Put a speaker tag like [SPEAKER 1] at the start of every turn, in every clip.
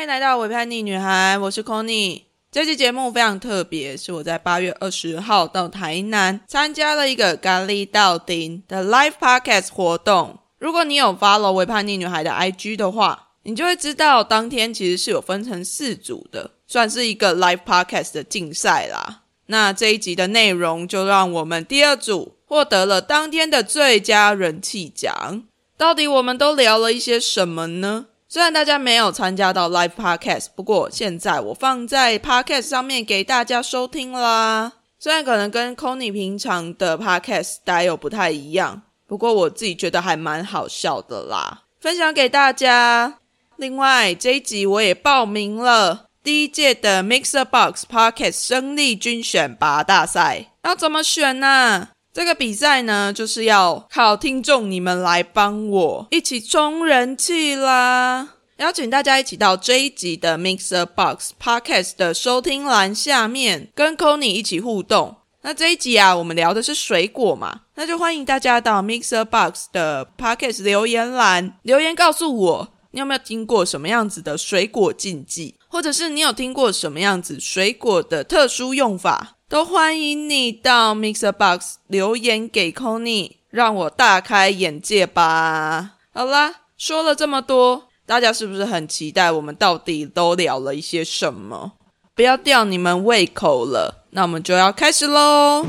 [SPEAKER 1] 迎来到伪叛逆女孩，我是 c o n n y 这期节目非常特别，是我在八月二十号到台南参加了一个咖喱到顶的 Live Podcast 活动。如果你有 follow 伪叛逆女孩的 IG 的话，你就会知道当天其实是有分成四组的，算是一个 Live Podcast 的竞赛啦。那这一集的内容就让我们第二组获得了当天的最佳人气奖。到底我们都聊了一些什么呢？虽然大家没有参加到 live podcast，不过现在我放在 podcast 上面给大家收听啦。虽然可能跟 c o n y 平常的 podcast 大有不太一样，不过我自己觉得还蛮好笑的啦，分享给大家。另外这一集我也报名了第一届的 Mixer Box Podcast 生力军选拔大赛，要怎么选呢、这个比赛呢，就是要靠听众你们来帮我一起冲人气啦！邀请大家一起到这一集的 Mixer Box Podcast 的收听栏下面，跟 c o n y 一起互动。那这一集啊，我们聊的是水果嘛，那就欢迎大家到 Mixer Box 的 Podcast 留言栏留言告诉我，你有没有听过什么样子的水果禁忌，或者是你有听过什么样子水果的特殊用法，都欢迎你到 Mixer Box 留言给 c o n y 让我大开眼界吧。好啦，说了这么多，大家是不是很期待我们到底都聊了一些什么？不要吊你们胃口了，那我们就要开始喽。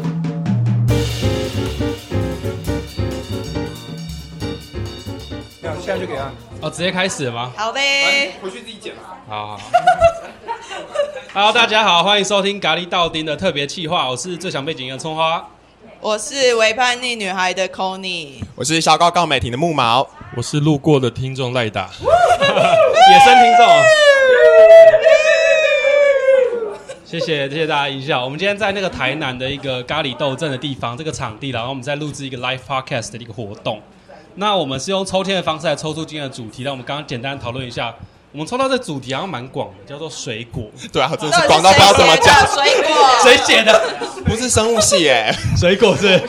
[SPEAKER 2] 这样现在就给他。
[SPEAKER 3] 哦，直接开始了吗？
[SPEAKER 1] 好呗，
[SPEAKER 2] 回去自己剪吧。
[SPEAKER 3] 好好 好。Hello，大家好，欢迎收听咖喱道丁的特别企划，我是最想被景的葱花。
[SPEAKER 1] 我是为叛逆女孩的 c o n y
[SPEAKER 4] 我是小高告美婷的木毛，
[SPEAKER 5] 我是路过的听众赖
[SPEAKER 3] 野
[SPEAKER 5] 打，
[SPEAKER 3] 生听众，谢谢谢谢大家一笑。我们今天在那个台南的一个咖喱斗阵的地方，这个场地啦，然后我们在录制一个 live podcast 的一个活动。那我们是用抽签的方式来抽出今天的主题，那我们刚刚简单讨论一下，我们抽到这主题好像蛮广的，叫做水果，
[SPEAKER 4] 对啊，我真的是广到不知道怎么讲，
[SPEAKER 1] 水果，
[SPEAKER 3] 谁写的？
[SPEAKER 4] 不是生物系耶，
[SPEAKER 3] 水果是？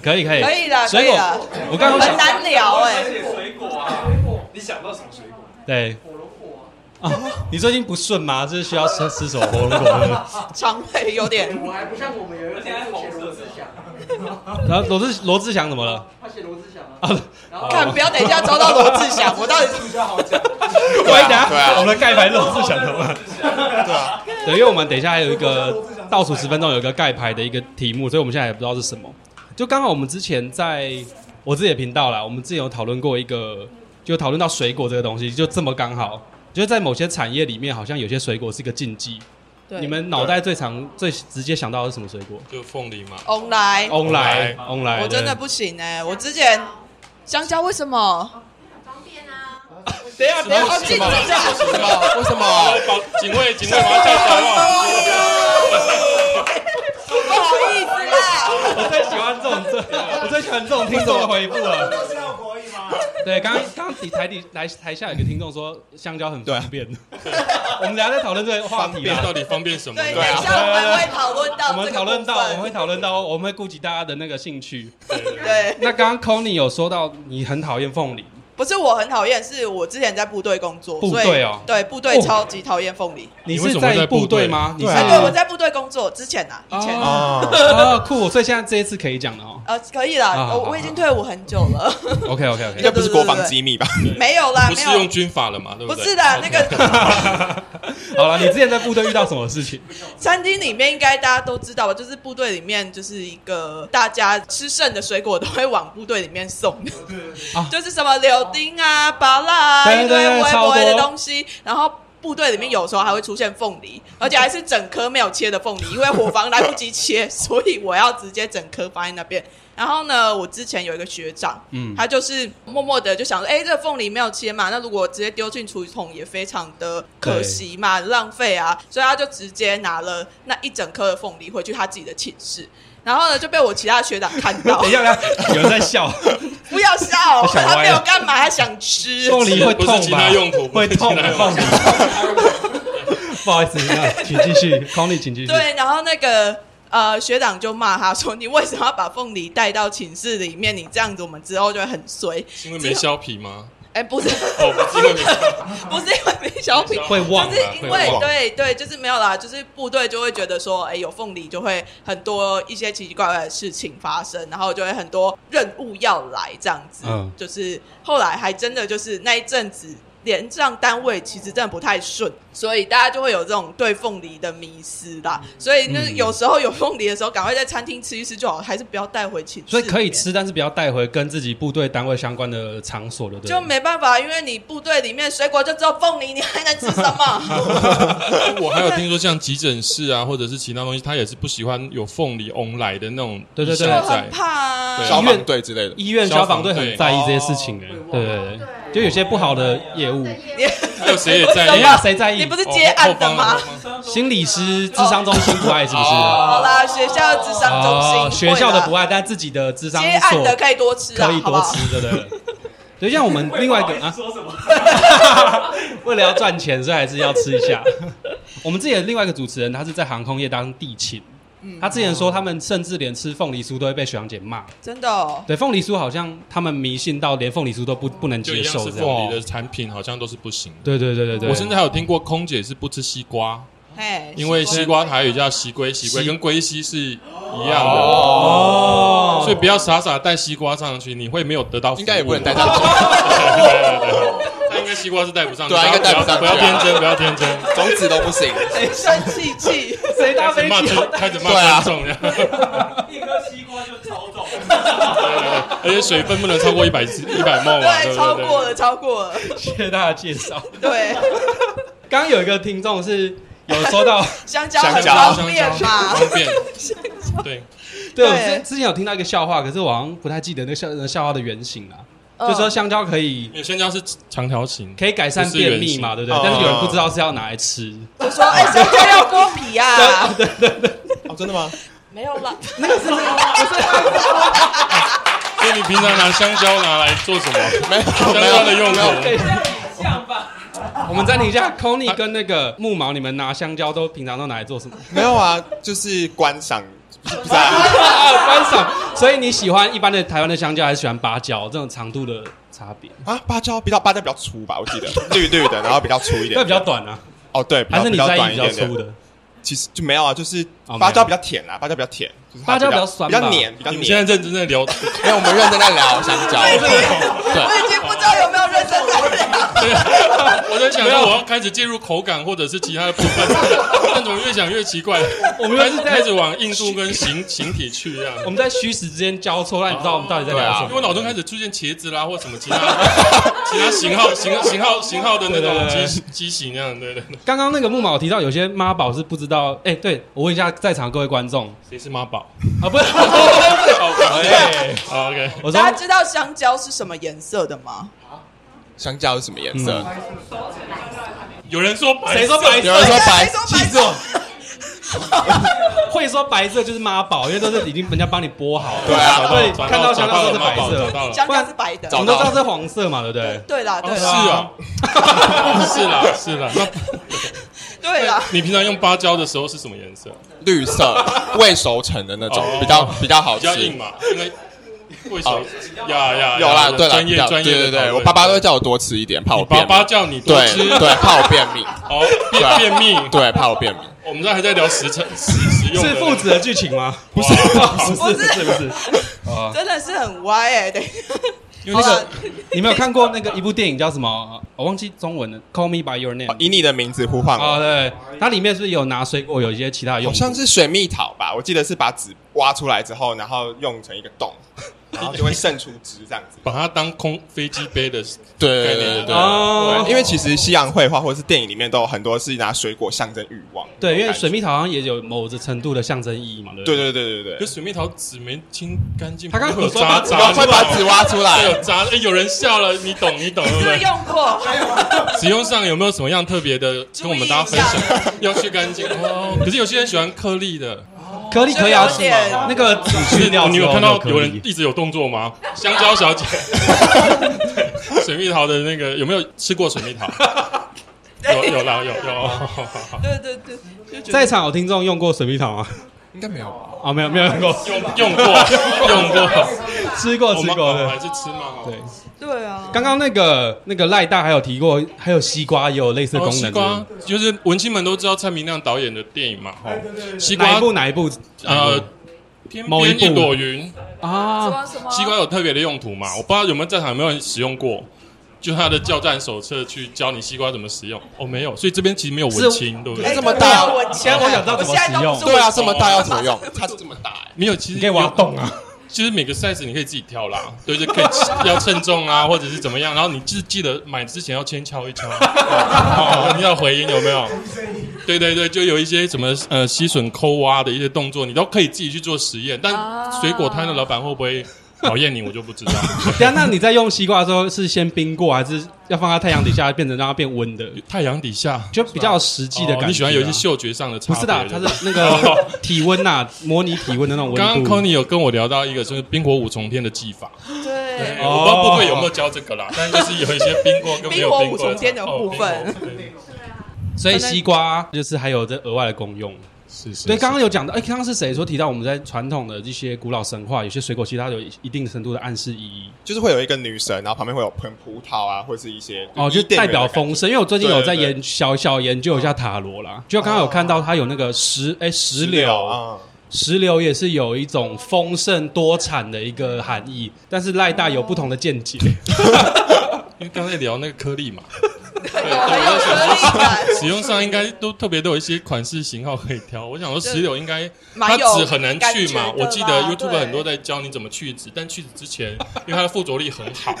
[SPEAKER 3] 可以可以
[SPEAKER 1] 可以的，可
[SPEAKER 3] 水
[SPEAKER 1] 以
[SPEAKER 3] 果
[SPEAKER 1] 的，，
[SPEAKER 3] 我刚刚
[SPEAKER 1] 啊很
[SPEAKER 3] 想
[SPEAKER 1] 难聊哎、
[SPEAKER 2] 水果啊，你想到什么水果？
[SPEAKER 3] 对，火龙果啊！你最近不顺吗？这是需要吃吃什么火龙果是不是？
[SPEAKER 1] 肠胃有点。
[SPEAKER 6] 我还不像我们有一个同学写罗志祥，
[SPEAKER 3] 然后罗志罗志祥怎么了？
[SPEAKER 6] 他写罗志祥
[SPEAKER 3] 啊，
[SPEAKER 6] 啊，然后
[SPEAKER 1] 看，不要等一下抽到罗志祥，我到底是
[SPEAKER 2] 比较好讲。
[SPEAKER 3] 我
[SPEAKER 4] 对啊
[SPEAKER 3] 等一
[SPEAKER 4] 对
[SPEAKER 3] 下
[SPEAKER 4] 啊
[SPEAKER 3] 我们盖牌罗志祥怎么了？
[SPEAKER 4] 对啊，
[SPEAKER 3] 对，因为我们等一下还有一个倒数十分钟有一个盖牌的一个题目，所以我们现在也不知道是什么。就刚好我们之前在我自己的频道啦，我们之前有讨论过一个，就讨论到水果这个东西，就这么刚好，就是在某些产业里面，好像有些水果是一个禁忌。
[SPEAKER 1] 对
[SPEAKER 3] 你们脑袋最常最直接想到的是什么水果？
[SPEAKER 5] 就凤梨嘛。
[SPEAKER 1] 翁来，
[SPEAKER 3] 翁来，翁来，
[SPEAKER 1] 我真的
[SPEAKER 3] 对
[SPEAKER 1] 不行哎、我之前香蕉为什么？
[SPEAKER 7] 啊
[SPEAKER 3] 等一下，等
[SPEAKER 1] 哦，禁忌
[SPEAKER 4] 为什么？为什么？
[SPEAKER 5] 保警卫，警卫，把他叫起来好不好
[SPEAKER 1] 不好意思啦。
[SPEAKER 3] 我最喜欢这种这，我最喜欢这种听众的回复了。对，刚刚刚底台底台台下有个听众说香蕉很方便， 我们等一下再讨论这个话
[SPEAKER 5] 方
[SPEAKER 3] 题
[SPEAKER 5] 便 到
[SPEAKER 3] 啦。
[SPEAKER 5] 底方便什么呢？
[SPEAKER 1] 对，等一下我们会讨论到
[SPEAKER 3] 我
[SPEAKER 1] 这个
[SPEAKER 3] 们讨论到，
[SPEAKER 1] 部
[SPEAKER 3] 我
[SPEAKER 1] 分
[SPEAKER 3] 们会讨论到，我们会顾及大家的那个兴趣。
[SPEAKER 1] 对，
[SPEAKER 3] 那刚刚 Kony 有说到你很讨厌凤梨，
[SPEAKER 1] 不是我很讨厌，是我之前在部队工作，
[SPEAKER 3] 部队
[SPEAKER 1] 所以
[SPEAKER 3] 哦
[SPEAKER 1] 对部队
[SPEAKER 3] 哦
[SPEAKER 1] 超级讨厌凤梨。
[SPEAKER 3] 你
[SPEAKER 5] 你为
[SPEAKER 3] 是
[SPEAKER 5] 什么会在
[SPEAKER 3] 部
[SPEAKER 5] 部队
[SPEAKER 3] 队吗？你是
[SPEAKER 4] 对
[SPEAKER 1] 啊，对，我
[SPEAKER 3] 哦
[SPEAKER 1] 在部队工作之前啊，以前啊
[SPEAKER 4] 哦，
[SPEAKER 3] 哦酷，所以现在这一次可以讲了 哦。
[SPEAKER 1] 呃可以
[SPEAKER 3] 好
[SPEAKER 1] 啦，
[SPEAKER 3] 好
[SPEAKER 1] 我我已经退伍很久了，
[SPEAKER 3] OK OK
[SPEAKER 4] 应
[SPEAKER 3] OK，
[SPEAKER 4] 该不是国防机密吧？
[SPEAKER 1] 没有啦，
[SPEAKER 5] 不
[SPEAKER 1] 没
[SPEAKER 5] 是用
[SPEAKER 1] 有，
[SPEAKER 5] 军法了嘛？对
[SPEAKER 1] 不
[SPEAKER 5] 对？
[SPEAKER 1] 是的，那个
[SPEAKER 3] 好了，你之前在部队遇到什么事 情？
[SPEAKER 1] 餐厅里面应该大家都知道吧，就是部队里面就是一个大家吃剩的水果都会往部队里面送的，
[SPEAKER 3] 啊
[SPEAKER 1] 就是什么柳丁啊、芭乐啊，
[SPEAKER 3] 对
[SPEAKER 1] 一
[SPEAKER 3] 对对
[SPEAKER 1] 堆微
[SPEAKER 3] 超
[SPEAKER 1] 博
[SPEAKER 3] 多
[SPEAKER 1] 的东西，然后。部队里面有时候还会出现凤梨，而且还是整颗没有切的凤梨，因为伙房来不及切，所以我要直接整颗放在那边。然后呢，我之前有一个学长，
[SPEAKER 3] 嗯
[SPEAKER 1] 他就是默默的就想说，哎、这个凤梨没有切嘛，那如果直接丢进厨余桶也非常的可惜嘛，浪费啊，所以他就直接拿了那一整颗的凤梨回去他自己的寝室，然后呢就被我其他学长看到
[SPEAKER 3] 等一，下，等一下，有人在笑。
[SPEAKER 1] 不要笑，
[SPEAKER 3] 想歪了
[SPEAKER 1] 他没有干嘛，他想吃，
[SPEAKER 3] 凤梨会痛吧？
[SPEAKER 5] 不是其他用途不
[SPEAKER 3] 会
[SPEAKER 5] 是其
[SPEAKER 3] 痛
[SPEAKER 5] 他
[SPEAKER 3] 的
[SPEAKER 5] 用途
[SPEAKER 3] 凤梨。不好意思，那请继续 c o n y 请继续。
[SPEAKER 1] 对，然后那个呃学长就骂他说，你为什么要把凤梨带到寝室里面？你这样子我们之后就会很衰。
[SPEAKER 5] 是因为没削皮吗？
[SPEAKER 1] 哎、哎，不是，
[SPEAKER 5] 哦，不是因为你
[SPEAKER 1] 不是因为没小品，
[SPEAKER 3] 会忘
[SPEAKER 1] 就
[SPEAKER 3] 啊
[SPEAKER 1] 是因
[SPEAKER 3] 会
[SPEAKER 1] 为
[SPEAKER 3] 忘
[SPEAKER 1] 对对，就是没有啦，就是部队就会觉得说，哎，有凤梨就会很多一些奇奇怪怪的事情发生，然后就会很多任务要来这样子。
[SPEAKER 3] 嗯
[SPEAKER 1] 就是后来还真的就是那一阵子。连这样单位其实真的不太顺，所以大家就会有这种对凤梨的迷失啦。所以那
[SPEAKER 3] 嗯
[SPEAKER 1] 有时候有凤梨的时候，赶快在餐厅吃一吃就好，还是不要带回寝室。
[SPEAKER 3] 所以可以吃，但是不要带回跟自己部队单位相关的场所的，对
[SPEAKER 1] 就
[SPEAKER 3] 了。
[SPEAKER 1] 没办法，因为你部队里面水果就只有凤梨，你还能吃什 么？
[SPEAKER 5] 我还有听说像急诊室啊，或者是其他东西，他也是不喜欢有凤梨翁来的那种
[SPEAKER 3] 对对
[SPEAKER 5] 意
[SPEAKER 3] 对
[SPEAKER 5] 象
[SPEAKER 1] 就
[SPEAKER 5] 在
[SPEAKER 1] 很怕啊。
[SPEAKER 5] 对
[SPEAKER 4] 消防队之类的，
[SPEAKER 3] 医院
[SPEAKER 5] 消
[SPEAKER 3] 消
[SPEAKER 5] 防
[SPEAKER 3] 防
[SPEAKER 5] 队
[SPEAKER 3] 队很在意这些事情哎，
[SPEAKER 1] 哦
[SPEAKER 3] 对
[SPEAKER 7] 哦
[SPEAKER 3] 对对，就有些不好的业务，
[SPEAKER 5] 还有谁也在？
[SPEAKER 3] 等一下谁在意
[SPEAKER 1] 你？不是接案的吗
[SPEAKER 5] 哦？后方后方
[SPEAKER 3] 心理师、智商中心不爱是不是？
[SPEAKER 5] 哦
[SPEAKER 1] 好啦，学校智商中心、
[SPEAKER 3] 哦学校的不
[SPEAKER 1] 会啦
[SPEAKER 3] 爱，但自己的智商
[SPEAKER 1] 接案
[SPEAKER 3] 所
[SPEAKER 1] 的可以多吃啊，
[SPEAKER 3] 可以
[SPEAKER 1] 好不
[SPEAKER 3] 多
[SPEAKER 1] 好？
[SPEAKER 3] 吃，对对对。对，像 我们另外一个啊，
[SPEAKER 2] 说什么？
[SPEAKER 3] 为了要赚钱，所以还是要吃一下。 我们自己的另外一个主持人，他是在航空业当地勤。他之前说，他们甚至连吃凤梨酥都会被学长姐骂。
[SPEAKER 1] 真的、哦，
[SPEAKER 3] 对，凤梨酥好像他们迷信到连凤梨酥都不不能
[SPEAKER 5] 就
[SPEAKER 3] 接
[SPEAKER 5] 一样
[SPEAKER 3] 受
[SPEAKER 5] 是
[SPEAKER 3] 这样。
[SPEAKER 4] 哦
[SPEAKER 5] 凤梨的产品，好像都是不行的。
[SPEAKER 3] 对对对对对，
[SPEAKER 5] 我甚至还有听过空姐是不吃西瓜，
[SPEAKER 1] 嘿，
[SPEAKER 5] 因为西瓜台语叫西龟，西龟
[SPEAKER 3] 西
[SPEAKER 5] 跟龟西是一样的，
[SPEAKER 3] 哦，
[SPEAKER 5] 所以不要傻傻带西瓜上去，你会没有得到服务。
[SPEAKER 4] 应该也不能带上去，
[SPEAKER 5] 他应该西瓜是带不上去，
[SPEAKER 4] 对啊应该带不上去啊
[SPEAKER 5] 不要天真，不要天真，
[SPEAKER 4] 种子都不行。
[SPEAKER 1] 生气气，
[SPEAKER 3] 谁搭 飞
[SPEAKER 5] 开始骂
[SPEAKER 3] 机要
[SPEAKER 5] 尊，
[SPEAKER 3] 带
[SPEAKER 5] 开始
[SPEAKER 4] 对
[SPEAKER 5] 骂
[SPEAKER 4] 啊
[SPEAKER 5] 观众了。
[SPEAKER 2] 一颗西瓜就超重，
[SPEAKER 5] 而且水分不能超过一百一百毫啊，对
[SPEAKER 1] 对，
[SPEAKER 5] 不
[SPEAKER 1] 超
[SPEAKER 5] 对
[SPEAKER 1] 过了，超过了，
[SPEAKER 3] 谢谢大家介绍。
[SPEAKER 1] 对，
[SPEAKER 3] 刚刚有一个听众是有收到，
[SPEAKER 1] 香蕉
[SPEAKER 4] 香
[SPEAKER 1] 很
[SPEAKER 4] 蕉
[SPEAKER 1] 方便嘛，
[SPEAKER 5] 方便。对，
[SPEAKER 3] 对我
[SPEAKER 1] 对
[SPEAKER 3] 之之前有听到一个笑话，可是我好像不太记得那个笑那个笑话的原型了。
[SPEAKER 1] 嗯
[SPEAKER 5] 哦
[SPEAKER 3] 就说香蕉可以
[SPEAKER 5] 因为香蕉是长条形，
[SPEAKER 3] 可以改善便秘嘛，
[SPEAKER 5] 不
[SPEAKER 3] 对
[SPEAKER 5] 是
[SPEAKER 3] 不对？
[SPEAKER 4] 哦
[SPEAKER 3] 但是有人不知道是要拿来吃。
[SPEAKER 1] 就说哎，香蕉要剥皮啊，
[SPEAKER 4] 哦，真的吗？
[SPEAKER 1] 没有啦，
[SPEAKER 5] 所以你平常拿香蕉拿来做什么？
[SPEAKER 4] 没有，
[SPEAKER 5] 香
[SPEAKER 4] 没
[SPEAKER 5] 蕉
[SPEAKER 4] 有
[SPEAKER 5] 的用途
[SPEAKER 4] 没有
[SPEAKER 2] 像吧？
[SPEAKER 3] 我们暂停一下，Kony 跟那个木毛，你们拿香蕉都平常都拿来 做什么？
[SPEAKER 4] 没有啊，就是观赏，不是不是啊？
[SPEAKER 3] 啊，观赏。所以你喜欢一般的台湾的香蕉，还是喜欢芭蕉这种长度的差别？
[SPEAKER 4] 啊，芭蕉比较芭蕉比较粗吧，我记得 绿绿的，然后比较粗一
[SPEAKER 3] 那
[SPEAKER 4] 点
[SPEAKER 3] 比。较短啊，
[SPEAKER 4] 哦，对，比
[SPEAKER 3] 还
[SPEAKER 4] 较
[SPEAKER 3] 是你
[SPEAKER 4] 比较
[SPEAKER 3] 在意
[SPEAKER 4] 短一
[SPEAKER 3] 比较
[SPEAKER 4] 点点
[SPEAKER 3] 粗。的？
[SPEAKER 4] 其实就没有啊，就是
[SPEAKER 3] 哦
[SPEAKER 4] 芭蕉比
[SPEAKER 3] 没
[SPEAKER 4] 较甜啊，芭蕉比较甜，就是它
[SPEAKER 3] 芭蕉
[SPEAKER 4] 比
[SPEAKER 3] 比较酸
[SPEAKER 4] 比较
[SPEAKER 3] 吧
[SPEAKER 4] 黏，比较
[SPEAKER 5] 你们现在
[SPEAKER 4] 黏。
[SPEAKER 5] 认真 在聊，对
[SPEAKER 4] 没有，我们认真在聊香蕉。
[SPEAKER 1] 我已经不知道有没有认真在聊，
[SPEAKER 5] 我在想说我要开始介入口感或者是其他的部分，但怎么越想越奇怪？
[SPEAKER 3] 我们
[SPEAKER 5] 开
[SPEAKER 3] 又是
[SPEAKER 5] 始
[SPEAKER 3] 在
[SPEAKER 5] 开始往硬度跟形形体去这样。
[SPEAKER 3] 我们在虚实之间交错，让你不知道我们到底在
[SPEAKER 5] 对
[SPEAKER 3] 聊
[SPEAKER 5] 啊
[SPEAKER 3] 什，
[SPEAKER 5] 因
[SPEAKER 3] 么。
[SPEAKER 5] 为我
[SPEAKER 4] 哦
[SPEAKER 5] 脑中开始出现茄子啦，或什 么其他其他型号、型型号、型号的那种
[SPEAKER 3] 对对对
[SPEAKER 5] 机机型那样，对对。对
[SPEAKER 3] 刚刚那个木毛提到，有些妈宝是不知道。哎、对我问一下在场各位观众
[SPEAKER 5] 谁是妈宝？
[SPEAKER 3] 啊， 不是，
[SPEAKER 4] 哦
[SPEAKER 5] 好
[SPEAKER 3] 哎
[SPEAKER 5] 好，OK。
[SPEAKER 3] 我说
[SPEAKER 1] 大家知道香蕉是什么颜色的吗？
[SPEAKER 4] 香蕉是什么颜色？
[SPEAKER 5] 有人说白色，
[SPEAKER 3] 谁说白
[SPEAKER 4] 有
[SPEAKER 3] 色
[SPEAKER 4] 人说白
[SPEAKER 1] 谁说，白
[SPEAKER 4] 气死我！
[SPEAKER 3] 会说白色就是妈宝，因为都是已经人家帮你剥好了。
[SPEAKER 4] 对啊
[SPEAKER 5] 找
[SPEAKER 3] 所以
[SPEAKER 5] 到
[SPEAKER 3] 看到香
[SPEAKER 5] 找到
[SPEAKER 3] 蕉
[SPEAKER 5] 了
[SPEAKER 3] 都是白
[SPEAKER 5] 妈宝找
[SPEAKER 3] 色。
[SPEAKER 5] 到了。
[SPEAKER 1] 香蕉是白的
[SPEAKER 3] 我，
[SPEAKER 4] 找
[SPEAKER 3] 们都知道是黄色嘛，对不对？
[SPEAKER 1] 对啦，对
[SPEAKER 5] 是
[SPEAKER 1] 啦，
[SPEAKER 5] 啊， 是啦，是啦。
[SPEAKER 1] 对啦
[SPEAKER 5] 那。你平常用芭蕉的时候是什么颜色？
[SPEAKER 4] 绿色未熟成的那种
[SPEAKER 5] 哦，
[SPEAKER 4] 比较比较好
[SPEAKER 5] 比
[SPEAKER 4] 吃。
[SPEAKER 5] 较硬嘛，因为为什么
[SPEAKER 4] 哦？
[SPEAKER 5] 呀呀，
[SPEAKER 4] 有啦，
[SPEAKER 5] 呀
[SPEAKER 4] 对啦，
[SPEAKER 5] 专业
[SPEAKER 4] 比较
[SPEAKER 5] 专业的
[SPEAKER 4] 对对对，
[SPEAKER 5] 讨论
[SPEAKER 4] 我爸爸都会叫我多吃一点，怕我
[SPEAKER 5] 你
[SPEAKER 4] 便
[SPEAKER 5] 爸
[SPEAKER 4] 秘。
[SPEAKER 5] 爸叫你多
[SPEAKER 4] 对
[SPEAKER 5] 吃，
[SPEAKER 4] 对，怕我便秘，
[SPEAKER 5] 哦，便便秘。
[SPEAKER 4] 对，怕我便秘。
[SPEAKER 5] 我们这还在聊实成实实用的
[SPEAKER 3] 是父子的剧情吗？不
[SPEAKER 5] 是
[SPEAKER 3] 不是，不
[SPEAKER 1] 不是
[SPEAKER 3] 是，不是。
[SPEAKER 5] 哦
[SPEAKER 1] 真的是很歪哎、等一下，
[SPEAKER 3] 因为那
[SPEAKER 1] 好
[SPEAKER 3] 个
[SPEAKER 1] 了，
[SPEAKER 3] 你没有看过那个一部电影叫什么？我忘记中文了，《Call Me by Your
[SPEAKER 4] 哦
[SPEAKER 3] Name》。
[SPEAKER 4] 以你的名字呼唤
[SPEAKER 3] 哦，
[SPEAKER 4] 我，
[SPEAKER 3] 对，它里面是不是有拿水果，有一些其他的用
[SPEAKER 4] 好
[SPEAKER 3] 途？
[SPEAKER 4] 像是水蜜桃吧？我记得是把籽挖出来之后，然后用成一个 洞，然后就会渗出汁这样子。
[SPEAKER 5] 把它当空飞机杯的
[SPEAKER 4] 对
[SPEAKER 5] 概
[SPEAKER 4] 对
[SPEAKER 5] 念
[SPEAKER 4] 对对
[SPEAKER 3] 哦
[SPEAKER 4] 对，因为其实西洋绘画或者是电影里面都有很多是拿水果象征欲望。
[SPEAKER 3] 对，因为
[SPEAKER 4] 感觉
[SPEAKER 3] 水蜜桃好像也有某种程度的象征意义嘛，对不对？
[SPEAKER 4] 对对对对
[SPEAKER 5] 可
[SPEAKER 4] 对，
[SPEAKER 5] 水蜜桃籽没清干净，
[SPEAKER 3] 他刚刚
[SPEAKER 5] 有
[SPEAKER 3] 有说
[SPEAKER 5] 渣
[SPEAKER 3] 把
[SPEAKER 5] 渣，
[SPEAKER 4] 会把籽挖出来
[SPEAKER 5] 对，。有渣。哎，有人笑了，你懂，你懂，对
[SPEAKER 1] 是
[SPEAKER 5] 不
[SPEAKER 1] 不是
[SPEAKER 5] 对？
[SPEAKER 1] 用过？
[SPEAKER 5] 使用上有没有什么样特别的，跟我们大家分享？要去干净哦。可是有些人喜欢颗粒的，
[SPEAKER 3] 颗粒可以啊，
[SPEAKER 1] 就有点
[SPEAKER 3] 那个紫去掉之后，
[SPEAKER 5] 哦你有看到
[SPEAKER 3] 颗粒
[SPEAKER 5] 有人一直有动作吗？香蕉 小姐，水蜜桃的那个有没有吃过水蜜桃？有有啦有有，
[SPEAKER 1] 对对对，就觉得
[SPEAKER 3] 在场有听众用过水蜜桃吗？哦
[SPEAKER 4] 应该没有吧？
[SPEAKER 3] 啊，没有，没有用过。
[SPEAKER 5] 用用过用过，
[SPEAKER 3] 吃过
[SPEAKER 5] 我
[SPEAKER 3] 吃
[SPEAKER 5] 们哦哎
[SPEAKER 3] 过
[SPEAKER 5] 我
[SPEAKER 3] 的
[SPEAKER 5] 还。是吃蛮好的。
[SPEAKER 3] 对，
[SPEAKER 1] 对啊，
[SPEAKER 3] 刚刚那个那个赖大还有提过，还有西瓜也有类似的
[SPEAKER 5] 哦，
[SPEAKER 3] 功
[SPEAKER 5] 西
[SPEAKER 3] 能。
[SPEAKER 5] 瓜就是文青们都知道蔡明亮导演的电影嘛，哈，西
[SPEAKER 3] 是不是哪
[SPEAKER 5] 瓜
[SPEAKER 3] 一部哪一部？
[SPEAKER 5] 呃，天
[SPEAKER 3] 某一
[SPEAKER 5] 边
[SPEAKER 3] 部
[SPEAKER 5] 一朵云，
[SPEAKER 1] 什
[SPEAKER 3] 啊，
[SPEAKER 1] 么什么
[SPEAKER 5] 西瓜有特别的用途嘛？我不知道有没有在场有没有人使用过，就它的教战手册去教你西瓜怎么使用。哦，没有，所以这边其实没有文青，对不
[SPEAKER 4] 哎
[SPEAKER 5] 对？
[SPEAKER 4] 这么大
[SPEAKER 1] 我现
[SPEAKER 3] 现在我想知道怎么使用
[SPEAKER 4] 对啊，这么大要怎么用？ 它是这么大、欸，
[SPEAKER 5] 没有，其
[SPEAKER 3] 你可
[SPEAKER 5] 实
[SPEAKER 3] 以挖洞 啊。
[SPEAKER 5] 其实每个 size 你可以自己挑啦， 对，就可以要称重啊， 或者是怎么样。然后你就是记得买之前要先敲一敲， 哦，你要回音有没有？对对对，就有一些什么呃吸吮、抠挖的一些动作，你都可以自己去做实验。但水果摊的老板会不会讨厌你，我就不知道。
[SPEAKER 3] 对啊，那你在用西瓜的时候是先冰过，还是要放在太阳底下变成让它变温的？
[SPEAKER 5] 太阳底下
[SPEAKER 3] 就比较实际的感觉啊、
[SPEAKER 5] 哦你喜欢有一些嗅觉上的
[SPEAKER 3] 不
[SPEAKER 5] 差别？
[SPEAKER 3] 是的，它
[SPEAKER 5] 对对
[SPEAKER 3] 是那个体温呐、模拟体温的那种温
[SPEAKER 5] 刚刚
[SPEAKER 3] 度。
[SPEAKER 5] Conny 有跟我聊到一个就是冰火五重天的技法，
[SPEAKER 3] 哦
[SPEAKER 1] 对，
[SPEAKER 5] 我不知道部分有没有教这个啦，但就是有一些冰过跟没有
[SPEAKER 1] 冰火
[SPEAKER 5] 冰
[SPEAKER 1] 五
[SPEAKER 5] 过
[SPEAKER 1] 重天的
[SPEAKER 5] 哦
[SPEAKER 1] 部分
[SPEAKER 5] 冰火五重天
[SPEAKER 3] 所以西瓜就是还有这额外的功用。
[SPEAKER 5] 是是。
[SPEAKER 3] 对，
[SPEAKER 5] 是
[SPEAKER 3] 刚刚有讲到，哎、刚刚是谁说提到我们在传统的一些古老神话，有些水果其实它有一定程度的暗示意义
[SPEAKER 4] 就是会有一个女神，然后旁边会有喷葡萄啊，或是一些
[SPEAKER 3] 哦，就
[SPEAKER 4] 伊甸
[SPEAKER 3] 代
[SPEAKER 4] 园的
[SPEAKER 3] 表
[SPEAKER 4] 感觉
[SPEAKER 3] 丰盛。因为我最近有在
[SPEAKER 4] 对对对
[SPEAKER 3] 研小小研究一下塔罗啦，就刚刚有看到它有那个石哎、石榴，
[SPEAKER 4] 啊，
[SPEAKER 3] 石榴也是有一种丰盛多产的一个含义，但是赖大有不同的见解。
[SPEAKER 5] 因为刚才聊那个 颗粒嘛，
[SPEAKER 1] 很有颗粒感，
[SPEAKER 5] 使用上应该都特别都有一些款式型号可以挑。我想说石榴应该它
[SPEAKER 1] 蛮有
[SPEAKER 5] 籽很难去嘛，
[SPEAKER 1] 感觉的
[SPEAKER 5] 我
[SPEAKER 1] 啦
[SPEAKER 5] 记得 YouTube 很多在教你怎么去籽，但去籽之前， 因为它的附着力很好，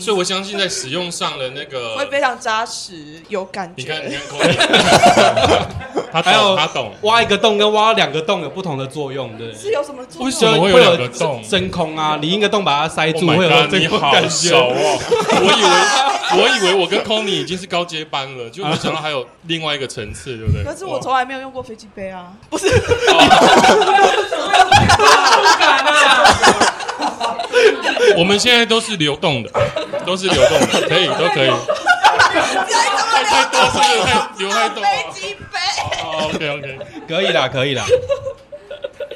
[SPEAKER 5] 所以我相信在使用上的那个
[SPEAKER 1] 嗯 会非常扎实，有感
[SPEAKER 5] 你看，你
[SPEAKER 1] 觉。
[SPEAKER 5] 看 Cody，他
[SPEAKER 3] 还有
[SPEAKER 5] 懂，他懂。
[SPEAKER 3] 挖一个洞跟挖两个洞有不同的作用，对不
[SPEAKER 1] 是
[SPEAKER 3] 对？
[SPEAKER 1] 有什么作
[SPEAKER 5] 为
[SPEAKER 1] 用？
[SPEAKER 5] 什么会有两个洞
[SPEAKER 3] 真空啊，你一个洞把它塞
[SPEAKER 5] Oh
[SPEAKER 3] 住，
[SPEAKER 5] my
[SPEAKER 3] 会有
[SPEAKER 5] god！
[SPEAKER 3] 真
[SPEAKER 5] 你
[SPEAKER 3] 空
[SPEAKER 5] 好
[SPEAKER 3] 感
[SPEAKER 5] 熟
[SPEAKER 3] 觉。
[SPEAKER 5] 哦，我以为我以为我跟 Conny 已经是高阶班了，就没想到还有另外一个层次，对不对？
[SPEAKER 1] 可是我从来没有用过飞机杯啊，不是
[SPEAKER 5] 哇我们现在都是流动的，都是流动的，可以都可以。太太多是不是太流太多了
[SPEAKER 1] 飞机杯，
[SPEAKER 5] 哦，OK OK，
[SPEAKER 3] 可以啦，可以啦。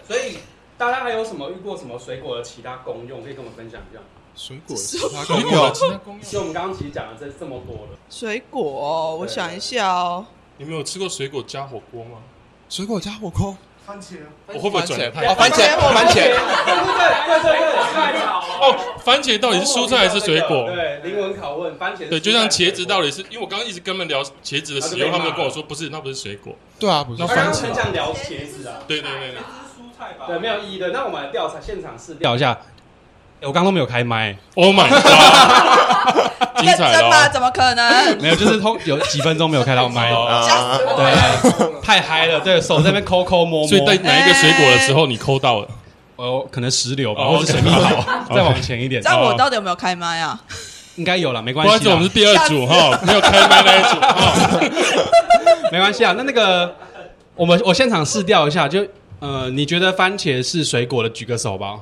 [SPEAKER 3] 所以大家还有什么遇过什么水果的其他功用，可以跟我们分享一下？
[SPEAKER 4] 水果是它
[SPEAKER 5] 水
[SPEAKER 4] 功
[SPEAKER 5] 果的
[SPEAKER 4] 用，
[SPEAKER 5] 其他功用，
[SPEAKER 3] 就我们刚刚其实讲了这这么多了，
[SPEAKER 1] 水果哦，我想一下哦，
[SPEAKER 5] 你们有吃过水果加火锅吗？
[SPEAKER 4] 水果加火锅，
[SPEAKER 6] 番茄啊，
[SPEAKER 5] 我会不会转得太
[SPEAKER 4] 哦，番茄，番茄，
[SPEAKER 3] 对对对对
[SPEAKER 5] 哦，番茄到底是蔬菜还是水果？
[SPEAKER 3] 对，灵魂拷问，番茄
[SPEAKER 5] 对，就像茄子到底是因为我刚刚一直跟他们聊茄子的使用，他们跟我说不是，那不是水果。
[SPEAKER 4] 对啊，不
[SPEAKER 5] 那
[SPEAKER 4] 是
[SPEAKER 5] 番茄
[SPEAKER 3] 很想聊茄子啊。
[SPEAKER 5] 对对对对，
[SPEAKER 2] 蔬菜吧
[SPEAKER 3] 对，没有意义的。那我们来调查现场试调一下。欸我刚刚都没有开麦，
[SPEAKER 5] Oh my god！精
[SPEAKER 1] 认
[SPEAKER 5] 彩
[SPEAKER 1] 真吗？
[SPEAKER 5] 了！
[SPEAKER 1] 怎么可 能？
[SPEAKER 3] 没有，就是通有几分钟没有开到麦，
[SPEAKER 5] 哦
[SPEAKER 4] 啊
[SPEAKER 1] 吓死我了！
[SPEAKER 3] 对，太嗨了，对手在那边抠抠摸摸，
[SPEAKER 5] 所以在哪一个水果的时候你抠到了？
[SPEAKER 3] 呃可能石榴吧，
[SPEAKER 5] 哦
[SPEAKER 3] 或是水蜜桃，
[SPEAKER 5] OK
[SPEAKER 3] 再往前一点哦
[SPEAKER 1] 这，样我到底有没有开麦啊？
[SPEAKER 3] 应该有了，没
[SPEAKER 5] 不
[SPEAKER 3] 关
[SPEAKER 5] 好意
[SPEAKER 3] 系
[SPEAKER 5] 思，我
[SPEAKER 3] 啦，
[SPEAKER 5] 们是第二组哈，没有开麦那一组哈。
[SPEAKER 3] 没关系啊。那那个，我们我现场试调一下，就呃，你觉得番茄是水果的，举个手吧。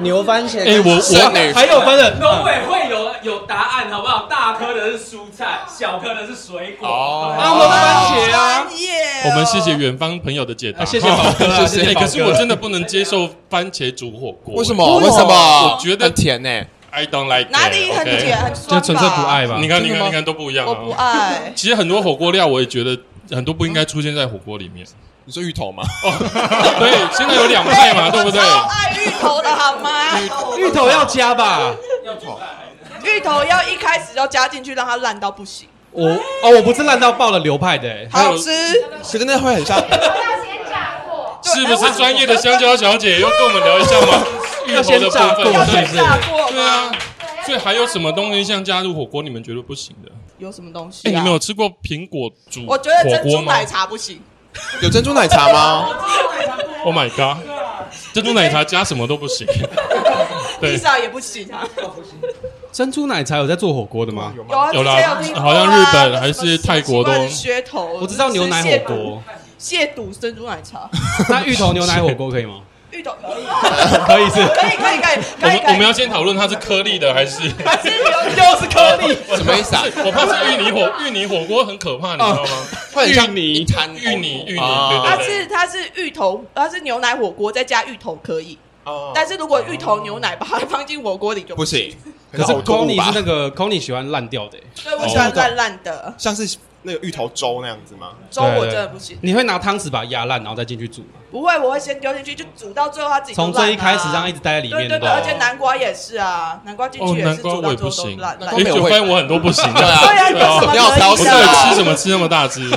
[SPEAKER 8] 牛番茄
[SPEAKER 5] 哎，我
[SPEAKER 4] 剩
[SPEAKER 5] 我
[SPEAKER 4] 女
[SPEAKER 3] 还有分的，
[SPEAKER 2] 农委会有有答案好不好？大颗的是蔬菜，小颗的是水果。
[SPEAKER 4] 哦
[SPEAKER 3] 啊，我们番茄啊，
[SPEAKER 1] 专业哦，
[SPEAKER 5] 我们谢谢远方朋友的解答，
[SPEAKER 3] 啊谢谢宝哥啊
[SPEAKER 5] 哈
[SPEAKER 4] 谢谢
[SPEAKER 5] 哎
[SPEAKER 4] 宝哥
[SPEAKER 5] 可是我真的不能接受番茄煮火锅，
[SPEAKER 4] 为什么？为什么？
[SPEAKER 5] 我觉得
[SPEAKER 4] 很甜呢，
[SPEAKER 5] ？I don't like it，
[SPEAKER 1] 哪里很
[SPEAKER 5] OK
[SPEAKER 1] 甜，很
[SPEAKER 3] 就
[SPEAKER 1] 酸
[SPEAKER 3] 纯粹不爱吧
[SPEAKER 5] 你。看，你
[SPEAKER 4] 真的吗
[SPEAKER 5] 看，你看，都不一样
[SPEAKER 1] 我不
[SPEAKER 5] 啊。
[SPEAKER 1] 爱。
[SPEAKER 5] 其实很多火锅料，我也觉得很多不应该出现在火锅里 面。
[SPEAKER 4] 你说芋头吗？
[SPEAKER 5] 对，现在有两派嘛，对不对
[SPEAKER 1] 我？超爱芋头的好吗？
[SPEAKER 3] 芋头要加吧，
[SPEAKER 1] 芋头要一开始就加进去，让它烂到不行，
[SPEAKER 3] 我哦，我不是烂到爆了流派的，欸
[SPEAKER 5] 还有
[SPEAKER 1] 好吃。
[SPEAKER 4] 可是那会很像，
[SPEAKER 7] 要先炸过，
[SPEAKER 5] 是不是专业的香蕉小姐要跟我们聊一下吗？芋
[SPEAKER 3] 要
[SPEAKER 5] 头
[SPEAKER 3] 先
[SPEAKER 5] 的部
[SPEAKER 3] 炸过，
[SPEAKER 5] 分，
[SPEAKER 1] 要
[SPEAKER 5] 对
[SPEAKER 1] 先
[SPEAKER 3] 是
[SPEAKER 1] 炸
[SPEAKER 3] 不是？
[SPEAKER 1] 过吗
[SPEAKER 5] 对啊，所以还有什么东西像加入火锅你们觉得不行的？
[SPEAKER 1] 有什么东西
[SPEAKER 5] 哎、
[SPEAKER 1] 啊？
[SPEAKER 5] 你们有吃过苹果煮
[SPEAKER 1] 我觉得
[SPEAKER 5] 火
[SPEAKER 1] 珍
[SPEAKER 5] 锅
[SPEAKER 1] 珠
[SPEAKER 5] 吗
[SPEAKER 1] 奶茶不行，
[SPEAKER 4] 有珍珠奶茶吗？
[SPEAKER 5] ？Oh my god！珍珠奶茶加什么都不 行。
[SPEAKER 1] 披
[SPEAKER 5] 对，
[SPEAKER 1] 萨也不行啊。
[SPEAKER 3] 珍珠奶茶有在做火锅的吗？
[SPEAKER 1] 有啊，
[SPEAKER 5] 哦有啦
[SPEAKER 1] 之前有听过啊
[SPEAKER 5] 好像日本还是泰国都
[SPEAKER 1] 什么奇怪的噱头。
[SPEAKER 3] 我知道牛奶
[SPEAKER 1] 吃蟹
[SPEAKER 3] 火
[SPEAKER 1] 肚，
[SPEAKER 3] 锅，
[SPEAKER 1] 蟹肚珍珠奶茶，
[SPEAKER 3] 那芋头牛奶火锅可以 吗？
[SPEAKER 1] 芋头可以，
[SPEAKER 3] 可以是
[SPEAKER 1] 可以，可以，可以，
[SPEAKER 5] 我
[SPEAKER 1] 可以
[SPEAKER 5] 们
[SPEAKER 1] 可以。
[SPEAKER 5] 我们要先讨论它是颗粒的还是
[SPEAKER 1] 还是又是颗粒，
[SPEAKER 4] 什么意思啊？
[SPEAKER 5] 我怕是芋泥火芋泥火锅很可怕，你知道吗？
[SPEAKER 4] 会很像
[SPEAKER 3] 芋泥
[SPEAKER 4] 一滩
[SPEAKER 5] 芋泥芋泥
[SPEAKER 4] 啊
[SPEAKER 5] 对对
[SPEAKER 1] 它是它是芋头，它是牛奶火锅再加芋头可以，
[SPEAKER 4] 哦
[SPEAKER 1] 但是如果芋头牛奶把它放进火锅里就
[SPEAKER 4] 不，行，
[SPEAKER 3] 可是
[SPEAKER 4] 很呕
[SPEAKER 3] c
[SPEAKER 4] 吐
[SPEAKER 3] o
[SPEAKER 4] 物
[SPEAKER 3] n y
[SPEAKER 4] 吧
[SPEAKER 3] 是那个 c o n y 喜欢烂掉的欸、
[SPEAKER 1] 对我喜欢烂烂的
[SPEAKER 4] 像是那个芋头粥那样子吗？
[SPEAKER 1] 粥，我真的不行。
[SPEAKER 3] 你会拿汤匙把它压烂，然后再进去煮吗？
[SPEAKER 1] 不会，我会先丢进去，就煮到最后它自己就
[SPEAKER 3] 从
[SPEAKER 1] 烂
[SPEAKER 3] 最一
[SPEAKER 1] 啊
[SPEAKER 3] 开始这样一直待在里
[SPEAKER 1] 对
[SPEAKER 3] 面
[SPEAKER 1] 对对，
[SPEAKER 3] 吧
[SPEAKER 1] 而且南瓜也是啊，南瓜进
[SPEAKER 5] 哦
[SPEAKER 1] 去，也
[SPEAKER 5] 南
[SPEAKER 1] 是
[SPEAKER 5] 瓜
[SPEAKER 1] 煮
[SPEAKER 5] 我
[SPEAKER 1] 到
[SPEAKER 5] 也
[SPEAKER 1] 最后
[SPEAKER 5] 不
[SPEAKER 1] 都
[SPEAKER 5] 行，
[SPEAKER 1] 烂烂
[SPEAKER 4] 瓜。
[SPEAKER 5] 哎，
[SPEAKER 4] 没有
[SPEAKER 5] 就
[SPEAKER 4] 味
[SPEAKER 5] 发现我很多不行的，哦
[SPEAKER 4] 对 啊
[SPEAKER 1] 对啊，你有什么
[SPEAKER 4] 你要挑
[SPEAKER 5] 我
[SPEAKER 1] 可以
[SPEAKER 4] 食
[SPEAKER 1] 的
[SPEAKER 5] 到
[SPEAKER 4] 啊
[SPEAKER 5] 底吃什么吃那么大只？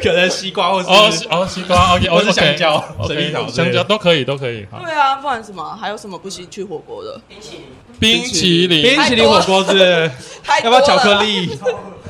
[SPEAKER 3] 可能西瓜或是
[SPEAKER 5] 哦西哦，西 瓜，OK，
[SPEAKER 3] 或
[SPEAKER 5] 我
[SPEAKER 3] 是香蕉水蜜桃
[SPEAKER 5] ，OK，
[SPEAKER 3] 之类
[SPEAKER 5] 香
[SPEAKER 3] 的
[SPEAKER 5] 蕉都可以，都可以。好
[SPEAKER 1] 对啊，不然什么？还有什么不行去火锅的？
[SPEAKER 5] 冰淇淋，
[SPEAKER 3] 冰淇淋火锅是，
[SPEAKER 1] 太
[SPEAKER 3] 要
[SPEAKER 1] 多了
[SPEAKER 3] 不要巧克？力？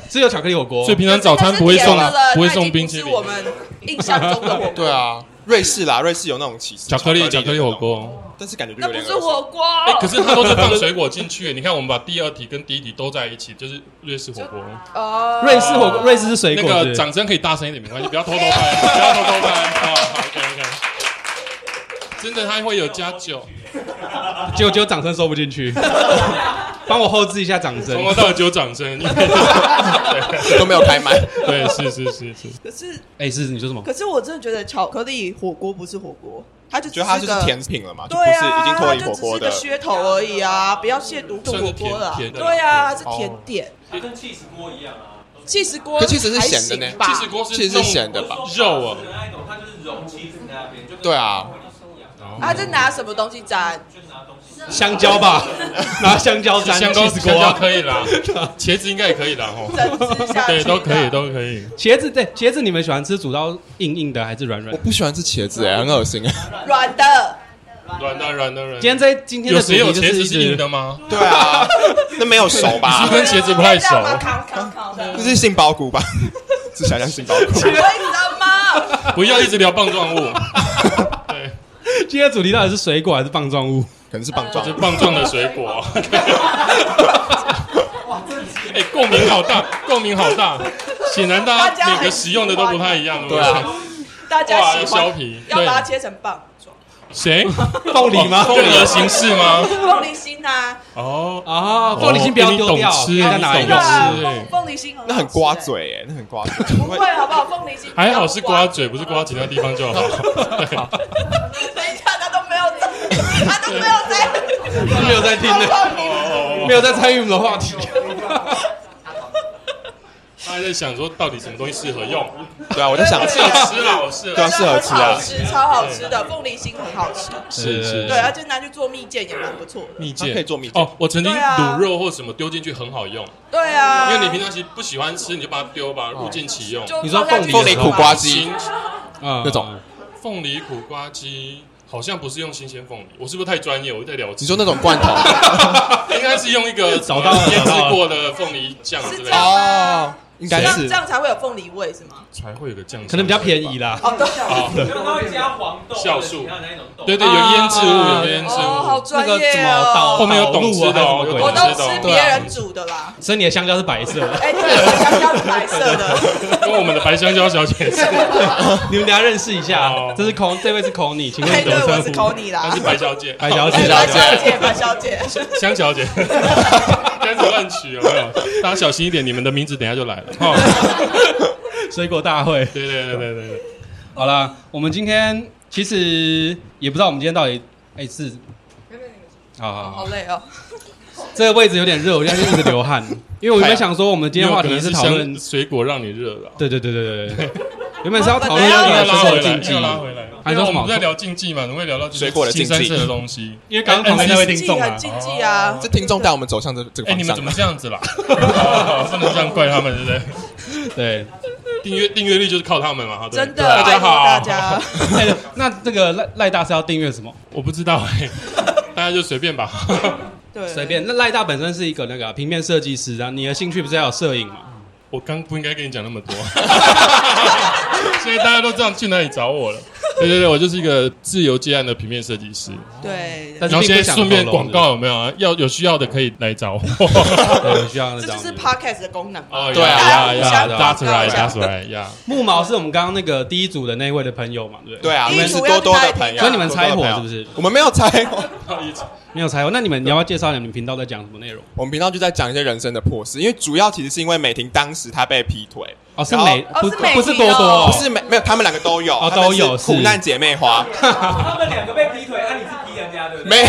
[SPEAKER 3] 只有巧克力火锅
[SPEAKER 5] 所以。平常早餐不会送
[SPEAKER 1] 但是甜的了，
[SPEAKER 5] 不会
[SPEAKER 1] 它已经
[SPEAKER 5] 送冰
[SPEAKER 1] 不
[SPEAKER 5] 淇
[SPEAKER 1] 是
[SPEAKER 5] 淋，
[SPEAKER 1] 我们印象中的火锅，
[SPEAKER 4] 对啊，瑞士啦，瑞士有那种起司
[SPEAKER 5] 巧克力巧克力
[SPEAKER 4] 的
[SPEAKER 5] 火，
[SPEAKER 1] 哦
[SPEAKER 4] 那
[SPEAKER 5] 锅。
[SPEAKER 4] 种但是感觉就
[SPEAKER 1] 那
[SPEAKER 4] 有
[SPEAKER 1] 不
[SPEAKER 4] 点恶
[SPEAKER 1] 是
[SPEAKER 4] 心
[SPEAKER 1] 火锅。
[SPEAKER 5] 哎，可是它都是放水果进去。你看，我们把第二题跟第一题都在一起，就是瑞士火锅。
[SPEAKER 1] 哦，
[SPEAKER 3] 瑞士火锅，瑞士是水
[SPEAKER 5] 那
[SPEAKER 3] 果
[SPEAKER 5] 个
[SPEAKER 3] 是
[SPEAKER 5] 掌声可以大声一点，没关系，不要偷偷拍，不要偷偷拍。好好，OK OK。真的，它会有加酒，
[SPEAKER 3] 结果只有掌声收不进 去，帮我后置一下掌声
[SPEAKER 5] 从。头到尾只有 掌声。因 为对
[SPEAKER 4] 都没有开麦。
[SPEAKER 5] 对，是是是是。
[SPEAKER 1] 可是
[SPEAKER 3] 哎，是你说什么？
[SPEAKER 1] 可是我真的觉得巧克力火锅不是火锅，它就只
[SPEAKER 4] 觉得它就是
[SPEAKER 1] 个
[SPEAKER 4] 甜品了嘛，就不是
[SPEAKER 1] 对啊，
[SPEAKER 4] 已经脱离火锅
[SPEAKER 1] 它
[SPEAKER 4] 的
[SPEAKER 1] 就只。是个噱头而已啊！不要亵渎火锅了啊。
[SPEAKER 5] 算是甜甜的哦
[SPEAKER 1] 对啊，它是甜点，
[SPEAKER 2] 就跟 cheese 锅一样啊。
[SPEAKER 1] 气死锅
[SPEAKER 4] 可 cheese 是咸的
[SPEAKER 1] 还
[SPEAKER 4] 呢
[SPEAKER 1] 行吧
[SPEAKER 5] 气势锅
[SPEAKER 4] 其
[SPEAKER 5] 是
[SPEAKER 4] 实是
[SPEAKER 5] 弄
[SPEAKER 4] 咸的吧？
[SPEAKER 5] 肉啊
[SPEAKER 2] 我说法式的那一种，它就是融 cheese 在那边，就跟
[SPEAKER 4] 对啊
[SPEAKER 2] 一样，
[SPEAKER 1] 它是拿什么东西沾？
[SPEAKER 2] 就拿东西。
[SPEAKER 3] 香蕉吧， 拿香蕉沾
[SPEAKER 5] 香
[SPEAKER 3] 气
[SPEAKER 5] 蕉
[SPEAKER 3] 死
[SPEAKER 5] 香
[SPEAKER 3] 锅
[SPEAKER 5] 蕉
[SPEAKER 3] 啊。
[SPEAKER 5] 可以啦， 茄子应该也可以啦 吼。
[SPEAKER 1] 整只
[SPEAKER 4] 啊
[SPEAKER 1] 下去
[SPEAKER 5] 对，都可以，
[SPEAKER 1] 的
[SPEAKER 5] 都可以。
[SPEAKER 3] 茄子对茄子，你们喜欢吃煮到硬硬的还是软软
[SPEAKER 4] 我
[SPEAKER 5] 嗯
[SPEAKER 3] 的？
[SPEAKER 4] 不喜欢吃茄子，哎，很恶心。
[SPEAKER 1] 软的，
[SPEAKER 5] 软的软的软的。
[SPEAKER 3] 今天这今天
[SPEAKER 5] 有
[SPEAKER 3] 的
[SPEAKER 5] 谁有
[SPEAKER 3] 主题
[SPEAKER 5] 茄
[SPEAKER 3] 就是
[SPEAKER 5] 子
[SPEAKER 3] 一
[SPEAKER 5] 是硬
[SPEAKER 3] 直
[SPEAKER 5] 的吗？
[SPEAKER 4] 对啊，那没有熟吧
[SPEAKER 5] 是？跟茄子不太熟。
[SPEAKER 1] 扛扛扛的
[SPEAKER 4] 这，是杏鲍菇吧？是想想杏鲍菇。
[SPEAKER 1] 你 道吗？
[SPEAKER 5] 不要一直聊棒状 物。对，
[SPEAKER 3] 今天的主题到底是水果还是棒 状物？
[SPEAKER 4] 可能是棒
[SPEAKER 5] 就
[SPEAKER 4] 状
[SPEAKER 5] 是。棒状的水果。 哎，共鸣好大，共鸣好大。显然大
[SPEAKER 1] 大家
[SPEAKER 5] 家
[SPEAKER 1] 很
[SPEAKER 5] 每个使用的都不太一样，
[SPEAKER 4] 对
[SPEAKER 5] 不
[SPEAKER 4] 啊，
[SPEAKER 1] 大家
[SPEAKER 5] 哇，
[SPEAKER 1] 喜欢
[SPEAKER 5] 要削皮，
[SPEAKER 1] 要
[SPEAKER 5] 对
[SPEAKER 1] 把它切成棒状，
[SPEAKER 5] 谁？
[SPEAKER 3] 凤梨吗？
[SPEAKER 5] 凤梨啊的形式吗？
[SPEAKER 1] 凤梨心呐，
[SPEAKER 5] 哦，
[SPEAKER 3] 啊，凤梨心不要丢掉，
[SPEAKER 5] 哦你懂吃
[SPEAKER 3] 要拿一
[SPEAKER 5] 你
[SPEAKER 1] 对
[SPEAKER 3] 个
[SPEAKER 1] 啊
[SPEAKER 5] 懂吃
[SPEAKER 3] 吃。
[SPEAKER 1] 凤凤梨心很好吃
[SPEAKER 4] 那很刮，嘴哎，那很刮嘴。
[SPEAKER 1] 哎不会好不好？凤梨心
[SPEAKER 5] 还好是刮，嘴，不是刮其他地方就好。
[SPEAKER 1] 等一下他都没有在，他都没有在，
[SPEAKER 3] 没有在听的
[SPEAKER 1] 好痛苦
[SPEAKER 3] 没有在参与我们的话题。
[SPEAKER 5] 他还在想说，到底什么东西适合用？
[SPEAKER 4] 对啊，我在想
[SPEAKER 5] 适合吃啦，我适
[SPEAKER 4] 对
[SPEAKER 5] 合
[SPEAKER 4] 啊
[SPEAKER 5] 吃。
[SPEAKER 4] 适合吃啊
[SPEAKER 1] 很好吃，超好吃的凤梨心很好吃，
[SPEAKER 5] 是是
[SPEAKER 1] 对，而且拿去做蜜饯也蛮不错的。
[SPEAKER 5] 蜜饯
[SPEAKER 4] 它可以做蜜饯
[SPEAKER 5] 哦，我曾经
[SPEAKER 1] 对啊
[SPEAKER 5] 卤肉或什么丢进去很好用，
[SPEAKER 1] 对啊，
[SPEAKER 5] 因为你平常其实不喜欢吃，你就把它丢吧，物尽其用。
[SPEAKER 1] 就
[SPEAKER 3] 你说
[SPEAKER 1] 放下去
[SPEAKER 3] 凤梨
[SPEAKER 1] 就
[SPEAKER 3] 苦
[SPEAKER 1] 好
[SPEAKER 4] 瓜
[SPEAKER 1] 吃
[SPEAKER 4] 鸡
[SPEAKER 5] 新
[SPEAKER 3] 啊
[SPEAKER 4] 那种
[SPEAKER 5] 凤梨苦瓜鸡好像不是用新鲜凤梨，我是不是太专业？我在聊。
[SPEAKER 4] 你说那种罐头
[SPEAKER 5] 应该是用一个呃
[SPEAKER 3] 找到了
[SPEAKER 5] 腌制
[SPEAKER 3] 找到了
[SPEAKER 5] 过的凤梨酱之
[SPEAKER 1] 是
[SPEAKER 5] 类
[SPEAKER 1] 这样
[SPEAKER 5] 的，
[SPEAKER 4] 哦，应
[SPEAKER 1] 这
[SPEAKER 4] 该
[SPEAKER 1] 样
[SPEAKER 4] 是
[SPEAKER 1] 这样才会有凤梨味是吗？
[SPEAKER 5] 才会有个酱香。
[SPEAKER 3] 可能比较便宜啦。
[SPEAKER 1] 哦，对，
[SPEAKER 5] 啊。
[SPEAKER 2] 因为它会加黄豆
[SPEAKER 5] 酵
[SPEAKER 2] 或者
[SPEAKER 5] 素
[SPEAKER 2] 其他的那一种豆。
[SPEAKER 5] 对对，有腌制物，
[SPEAKER 3] 啊
[SPEAKER 5] 有腌制
[SPEAKER 1] 哦，好
[SPEAKER 5] 物。
[SPEAKER 3] 那
[SPEAKER 1] 专
[SPEAKER 3] 个
[SPEAKER 1] 业
[SPEAKER 3] 什么导
[SPEAKER 1] 哦，
[SPEAKER 5] 后面有
[SPEAKER 3] 导
[SPEAKER 5] 懂吃
[SPEAKER 3] 入啊
[SPEAKER 5] 的
[SPEAKER 3] 还
[SPEAKER 5] 哦
[SPEAKER 3] 是什么鬼
[SPEAKER 1] 我
[SPEAKER 5] 有
[SPEAKER 1] 都
[SPEAKER 5] 懂
[SPEAKER 1] 吃
[SPEAKER 5] 吃
[SPEAKER 1] 别人煮的啦。
[SPEAKER 3] 所以你的香蕉是白色的，
[SPEAKER 1] 哎，对，我香蕉是白色的。
[SPEAKER 5] 跟我们的白香蕉 小姐是，
[SPEAKER 3] 你们等一下认识一下
[SPEAKER 5] 哦。
[SPEAKER 3] 这是 Con，这位是 Conny，请问
[SPEAKER 1] 哎，
[SPEAKER 3] 你怎
[SPEAKER 1] 对，
[SPEAKER 3] 么
[SPEAKER 1] 我
[SPEAKER 3] 称
[SPEAKER 1] 是
[SPEAKER 3] 呼？
[SPEAKER 1] Tony
[SPEAKER 5] 她
[SPEAKER 1] 啦
[SPEAKER 5] 是。白小姐，
[SPEAKER 3] 白哦小
[SPEAKER 1] 哎白
[SPEAKER 3] 姐
[SPEAKER 4] 白小
[SPEAKER 1] 小
[SPEAKER 4] 姐
[SPEAKER 1] 姐，白小姐，
[SPEAKER 5] 香小姐， 开始乱取有没有？大家小心一点，你们的名字等一下就来了。哦
[SPEAKER 3] 水果大会。
[SPEAKER 5] 对对对对对对，
[SPEAKER 3] 好啦，我们今天其实也不知道我们今天到底哎是。好好
[SPEAKER 1] 好
[SPEAKER 3] 好，
[SPEAKER 1] 累哦。
[SPEAKER 3] 这个位置有点热，我现在就一直流汗，因为我原本想说我们今天话
[SPEAKER 5] 可
[SPEAKER 3] 题
[SPEAKER 5] 能
[SPEAKER 3] 是
[SPEAKER 5] 是
[SPEAKER 3] 讨论
[SPEAKER 5] 香水果让你热了。
[SPEAKER 3] 对对对对对对，原本是要讨论
[SPEAKER 1] 本来要
[SPEAKER 3] 那
[SPEAKER 5] 要
[SPEAKER 3] 个
[SPEAKER 5] 拉
[SPEAKER 3] 水
[SPEAKER 5] 回
[SPEAKER 3] 手
[SPEAKER 5] 来
[SPEAKER 3] 竞，技，
[SPEAKER 5] 要拉回来。
[SPEAKER 3] 还
[SPEAKER 5] 因
[SPEAKER 3] 说什
[SPEAKER 5] 为我
[SPEAKER 3] 么
[SPEAKER 5] 们在聊竞技嘛，怎么会聊到就是
[SPEAKER 4] 水果的竞
[SPEAKER 5] 新
[SPEAKER 4] 技
[SPEAKER 5] 三色的东 西？
[SPEAKER 3] 因为刚刚旁边那位听众
[SPEAKER 1] 很
[SPEAKER 3] 啊，
[SPEAKER 1] 禁忌啊，
[SPEAKER 4] 哦这听众带我们走向这这个
[SPEAKER 5] 哎，
[SPEAKER 4] 方
[SPEAKER 5] 你
[SPEAKER 4] 向
[SPEAKER 5] 们怎么。这样子啦？ 不能这样怪他们，对不对？
[SPEAKER 3] 对，
[SPEAKER 5] 订阅订阅率就是靠他 们嘛，对不对
[SPEAKER 1] 真的，
[SPEAKER 5] 大
[SPEAKER 1] 拜
[SPEAKER 5] 家
[SPEAKER 1] 托
[SPEAKER 5] 好，
[SPEAKER 1] 大家。
[SPEAKER 3] 哎那这个赖赖大是要订阅什么？
[SPEAKER 5] 我不知道哎，大家就随便吧。
[SPEAKER 1] 对，
[SPEAKER 3] 随便。那赖大本身是一个那个平面设计师啊，你的兴趣不是还有摄影吗？
[SPEAKER 5] 我刚不应该跟你讲那么多， 所以大家都知道去哪里找我了。对对对，我就是一个自由接案的平面设计师。
[SPEAKER 1] 对。
[SPEAKER 3] 但
[SPEAKER 5] 然
[SPEAKER 3] 是
[SPEAKER 5] 后
[SPEAKER 3] 并
[SPEAKER 5] 现
[SPEAKER 3] 不
[SPEAKER 5] 在
[SPEAKER 3] 想
[SPEAKER 5] 顺便
[SPEAKER 3] 透露
[SPEAKER 5] 广，告有没有啊？要有需要的可以 来找我。
[SPEAKER 3] 对不对有需要那
[SPEAKER 1] 这
[SPEAKER 3] 种
[SPEAKER 1] 就。是 podcast 的功能嘛。
[SPEAKER 5] 哦
[SPEAKER 4] 对啊
[SPEAKER 5] 呀呀
[SPEAKER 3] 大家
[SPEAKER 5] 呀
[SPEAKER 3] 互相
[SPEAKER 5] ，That's
[SPEAKER 1] 广告一下
[SPEAKER 5] right，That's right，呀。
[SPEAKER 3] 木毛是我们刚刚那个第一组的那一位的朋友嘛，对不对？
[SPEAKER 4] 对啊，
[SPEAKER 1] 第
[SPEAKER 4] 因
[SPEAKER 1] 一
[SPEAKER 4] 为是
[SPEAKER 1] 组
[SPEAKER 4] 多多的朋友，
[SPEAKER 3] 所以你们猜
[SPEAKER 4] 多多
[SPEAKER 3] 火是不
[SPEAKER 4] 的朋友？
[SPEAKER 3] 是？
[SPEAKER 4] 我们没有猜火，
[SPEAKER 3] 没有猜火。那你们你要不要介绍一下你们频道在讲什么内容？
[SPEAKER 4] 我们频道就在讲一些人生的破事，因为主要其实是因为美婷当时她被劈腿，
[SPEAKER 3] 哦，是
[SPEAKER 4] 然后
[SPEAKER 3] 美
[SPEAKER 1] 哦
[SPEAKER 3] 不
[SPEAKER 1] 是美
[SPEAKER 3] 不是
[SPEAKER 1] 婷
[SPEAKER 3] 多
[SPEAKER 1] 哦
[SPEAKER 3] 多，
[SPEAKER 4] 不是没没有，他们两个都有，
[SPEAKER 3] 哦
[SPEAKER 4] 他们是
[SPEAKER 3] 都有是
[SPEAKER 4] 苦难姐妹花，
[SPEAKER 2] 他们两个被劈腿，啊，你是
[SPEAKER 4] 没有